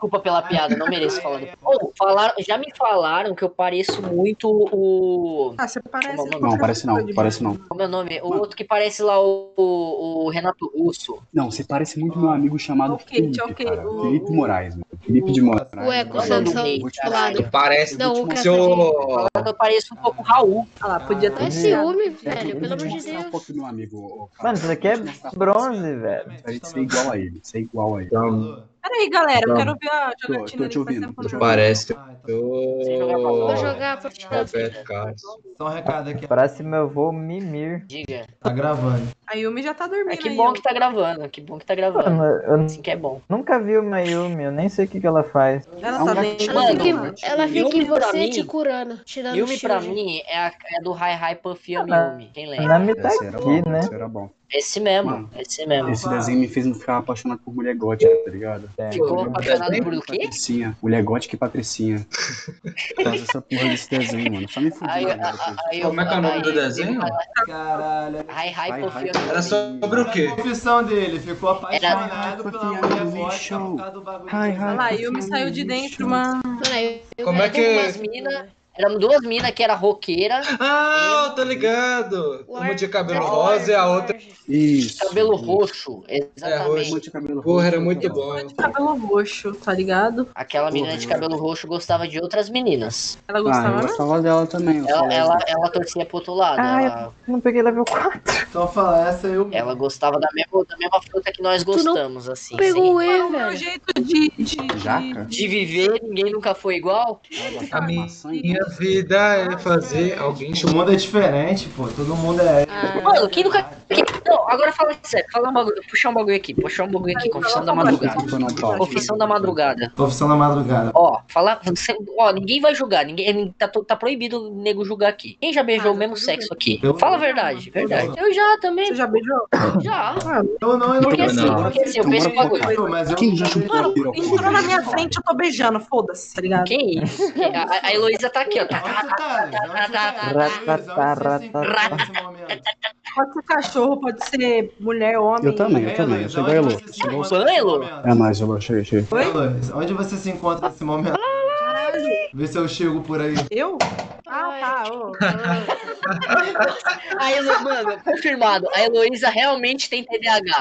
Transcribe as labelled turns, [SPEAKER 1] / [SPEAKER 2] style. [SPEAKER 1] Desculpa pela piada, não mereço falar. Pô, falaram, já me falaram que eu pareço muito o.
[SPEAKER 2] Ah, você parece.
[SPEAKER 1] Não,
[SPEAKER 2] qualquer
[SPEAKER 3] Não, parece
[SPEAKER 2] outra
[SPEAKER 3] não,
[SPEAKER 2] de
[SPEAKER 3] parece
[SPEAKER 2] mim.
[SPEAKER 3] não.
[SPEAKER 1] Como é o nome? O outro que parece lá o, o- o Renato Russo.
[SPEAKER 3] Não, você parece muito meu amigo chamado
[SPEAKER 2] Ok,
[SPEAKER 3] Felipe,
[SPEAKER 2] ok,
[SPEAKER 3] cara.
[SPEAKER 2] o-
[SPEAKER 3] Felipe Moraes, mano. Felipe de Moraes.
[SPEAKER 4] Ué, com
[SPEAKER 3] Olha,
[SPEAKER 1] Santos
[SPEAKER 3] eu
[SPEAKER 1] aí,
[SPEAKER 3] vou te-
[SPEAKER 1] caralho.
[SPEAKER 4] lado.
[SPEAKER 5] Parece
[SPEAKER 4] Não, o
[SPEAKER 5] o
[SPEAKER 4] cara
[SPEAKER 5] seu.
[SPEAKER 1] Falaram que eu pareço um pouco o Raul.
[SPEAKER 2] Ah lá, podia ter
[SPEAKER 4] É
[SPEAKER 2] sido.
[SPEAKER 4] ciúme,
[SPEAKER 3] Eu
[SPEAKER 4] velho,
[SPEAKER 3] vou
[SPEAKER 4] pelo
[SPEAKER 3] te
[SPEAKER 4] amor de
[SPEAKER 3] mostrar uma
[SPEAKER 4] Deus.
[SPEAKER 3] foto do meu amigo, ô, cara.
[SPEAKER 6] Mano, isso daqui é
[SPEAKER 3] Vou te mostrar uma foto.
[SPEAKER 6] bronze, velho.
[SPEAKER 3] Pra gente ser igual a ele, ser igual a ele.
[SPEAKER 5] Então,
[SPEAKER 2] Peraí, galera, eu
[SPEAKER 5] Não.
[SPEAKER 2] quero ver a
[SPEAKER 3] Tá. Tô-
[SPEAKER 2] jogatina
[SPEAKER 3] tô te
[SPEAKER 2] ali, faz
[SPEAKER 3] ouvindo,
[SPEAKER 2] tempo
[SPEAKER 3] tô
[SPEAKER 2] que eu
[SPEAKER 3] te
[SPEAKER 2] não
[SPEAKER 3] ouvindo.
[SPEAKER 5] Parece
[SPEAKER 7] Ah,
[SPEAKER 1] Você joga pra
[SPEAKER 5] o.
[SPEAKER 1] bola?
[SPEAKER 4] Vou jogar a partida.
[SPEAKER 5] Roberto Castro.
[SPEAKER 7] Só um recado aqui.
[SPEAKER 6] Parece meu avô Mimir.
[SPEAKER 1] Diga.
[SPEAKER 7] Tá gravando.
[SPEAKER 2] A Yumi já tá dormindo.
[SPEAKER 1] Ah, que
[SPEAKER 2] aí,
[SPEAKER 1] bom
[SPEAKER 2] Yumi.
[SPEAKER 1] que tá gravando, que bom que tá
[SPEAKER 6] Mano,
[SPEAKER 1] gravando.
[SPEAKER 6] eu n-
[SPEAKER 1] Assim que é bom.
[SPEAKER 6] nunca vi uma Yumi, eu nem sei o que, que ela faz.
[SPEAKER 2] Ela tá
[SPEAKER 3] Há uma
[SPEAKER 2] bem.
[SPEAKER 3] atitude,
[SPEAKER 4] Ela
[SPEAKER 1] Mano,
[SPEAKER 4] fica, ela fica em
[SPEAKER 1] Yumi pra
[SPEAKER 4] você
[SPEAKER 1] mim-
[SPEAKER 4] te curando, tirando
[SPEAKER 1] Yumi
[SPEAKER 4] shield.
[SPEAKER 1] pra mim é, a, é do Hi Hi Puff Yumi
[SPEAKER 6] Ah,
[SPEAKER 1] Yumi. Quem
[SPEAKER 6] Na
[SPEAKER 1] lembra?
[SPEAKER 6] metade
[SPEAKER 3] Esse era bom,
[SPEAKER 6] aqui, né?
[SPEAKER 3] esse era bom.
[SPEAKER 1] Esse mesmo,
[SPEAKER 3] Mano,
[SPEAKER 1] esse mesmo.
[SPEAKER 3] Esse desenho me fez ficar apaixonado por mulher gótica, tá ligado?
[SPEAKER 6] É.
[SPEAKER 1] Ficou
[SPEAKER 3] Mulher
[SPEAKER 1] apaixonado
[SPEAKER 3] gótica
[SPEAKER 1] por o
[SPEAKER 3] e
[SPEAKER 1] quê?
[SPEAKER 3] Patricinha. Mulher gótica e Patricinha. Por causa dessa porra desse desenho, mano. Só me fudindo.
[SPEAKER 1] Aí-
[SPEAKER 3] agora,
[SPEAKER 1] aí-
[SPEAKER 3] depois.
[SPEAKER 1] aí-
[SPEAKER 5] Como é que é o nome do desenho? é
[SPEAKER 7] Caralho.
[SPEAKER 1] Hi Hi
[SPEAKER 3] Hi,
[SPEAKER 1] Puff
[SPEAKER 3] hi.
[SPEAKER 1] Yumi.
[SPEAKER 5] Era sobre o quê?
[SPEAKER 7] A confissão dele, ficou
[SPEAKER 3] Era
[SPEAKER 7] apaixonado pela
[SPEAKER 3] fofinha,
[SPEAKER 7] mulher
[SPEAKER 3] Yumi,
[SPEAKER 7] gótica
[SPEAKER 3] show.
[SPEAKER 7] por causa do bagulho.
[SPEAKER 3] Ai,
[SPEAKER 2] Olha
[SPEAKER 3] ai.
[SPEAKER 2] lá, a Yumi saiu de dentro, mano.
[SPEAKER 4] Mano, aí eu
[SPEAKER 5] Como é
[SPEAKER 4] era
[SPEAKER 5] que-
[SPEAKER 4] com
[SPEAKER 1] Umas mina, eram duas minas que era roqueira,
[SPEAKER 5] Ah, eu tô ligado! Uma de cabelo
[SPEAKER 4] War-
[SPEAKER 5] rosa e a
[SPEAKER 4] War-
[SPEAKER 5] outra.
[SPEAKER 3] Isso.
[SPEAKER 1] cabelo
[SPEAKER 3] isso.
[SPEAKER 1] roxo.
[SPEAKER 5] roxo.
[SPEAKER 1] Exatamente.
[SPEAKER 3] Muito cabelo
[SPEAKER 5] Porra, era
[SPEAKER 3] roxo, né?
[SPEAKER 5] muito
[SPEAKER 3] cara.
[SPEAKER 5] bom.
[SPEAKER 2] Cabelo roxo, tá ligado?
[SPEAKER 1] Aquela menina de cabelo roxo gostava de outras meninas.
[SPEAKER 2] Ela
[SPEAKER 3] Ah, eu
[SPEAKER 2] gostava.
[SPEAKER 3] gostava dela também. eu
[SPEAKER 1] Ela,
[SPEAKER 3] falava.
[SPEAKER 1] ela, ela torcia pro outro lado.
[SPEAKER 6] Ah,
[SPEAKER 1] Ela,
[SPEAKER 6] Não peguei level 4.
[SPEAKER 7] Então fala, essa eu.
[SPEAKER 1] ela gostava da mesma, da mesma fruta que nós
[SPEAKER 4] não
[SPEAKER 1] gostamos, assim.
[SPEAKER 4] Pegou o
[SPEAKER 1] sim.
[SPEAKER 4] E,
[SPEAKER 2] é O meu
[SPEAKER 4] velho.
[SPEAKER 2] jeito de. de-
[SPEAKER 3] Jaca?
[SPEAKER 1] De viver, ninguém nunca foi igual.
[SPEAKER 3] Ela
[SPEAKER 5] A
[SPEAKER 3] gostava de
[SPEAKER 5] minha,
[SPEAKER 3] "Ah, maçã e
[SPEAKER 5] minha vida é fazer alguém
[SPEAKER 7] Gente, o mundo é diferente, pô. Todo mundo é.
[SPEAKER 4] Ah.
[SPEAKER 1] Mano, quem nunca. quem- não, agora fala sério. Fala um bagulho. Puxar um bagulho aqui. Puxar um bagulho aqui. Confissão da madrugada.
[SPEAKER 3] Desculpa, não, Paulo.
[SPEAKER 1] Confissão da madrugada.
[SPEAKER 7] Profissão da madrugada.
[SPEAKER 1] Ó, falar. você- Ó, ninguém vai julgar. Ninguém, tá, to- tá proibido o nego julgar aqui. Quem já beijou
[SPEAKER 2] Ah,
[SPEAKER 1] o mesmo
[SPEAKER 2] tudo bem.
[SPEAKER 1] sexo aqui?
[SPEAKER 7] Eu-
[SPEAKER 1] Fala a verdade, verdade. Eu já também.
[SPEAKER 2] Você já beijou?
[SPEAKER 1] Já.
[SPEAKER 7] Eu não, eu não
[SPEAKER 1] Porque
[SPEAKER 5] Eu
[SPEAKER 1] assim,
[SPEAKER 5] não.
[SPEAKER 1] porque assim, eu penso um
[SPEAKER 3] Tomara que
[SPEAKER 1] bagulho.
[SPEAKER 7] mas eu
[SPEAKER 3] Quem já chutou
[SPEAKER 2] Mano,
[SPEAKER 3] a piroca?
[SPEAKER 2] entrou na minha frente, eu tô beijando, foda-se, tá ligado?
[SPEAKER 1] Que isso? A, a Heloísa tá aqui, ó. Tá, tá, tá,
[SPEAKER 7] né?
[SPEAKER 2] Pode ser cachorro, pode ser mulher, homem.
[SPEAKER 3] Eu também, eu também. Eu sou igual a Elo. É nóis, Elo. Chega, chega.
[SPEAKER 7] Onde você se encontra nesse momento?
[SPEAKER 2] Caralho.
[SPEAKER 7] Vê se eu chego por aí.
[SPEAKER 2] Eu? Ah, tá. ô.
[SPEAKER 1] A Helo- mano, confirmado. A Heloísa realmente tem TDAH.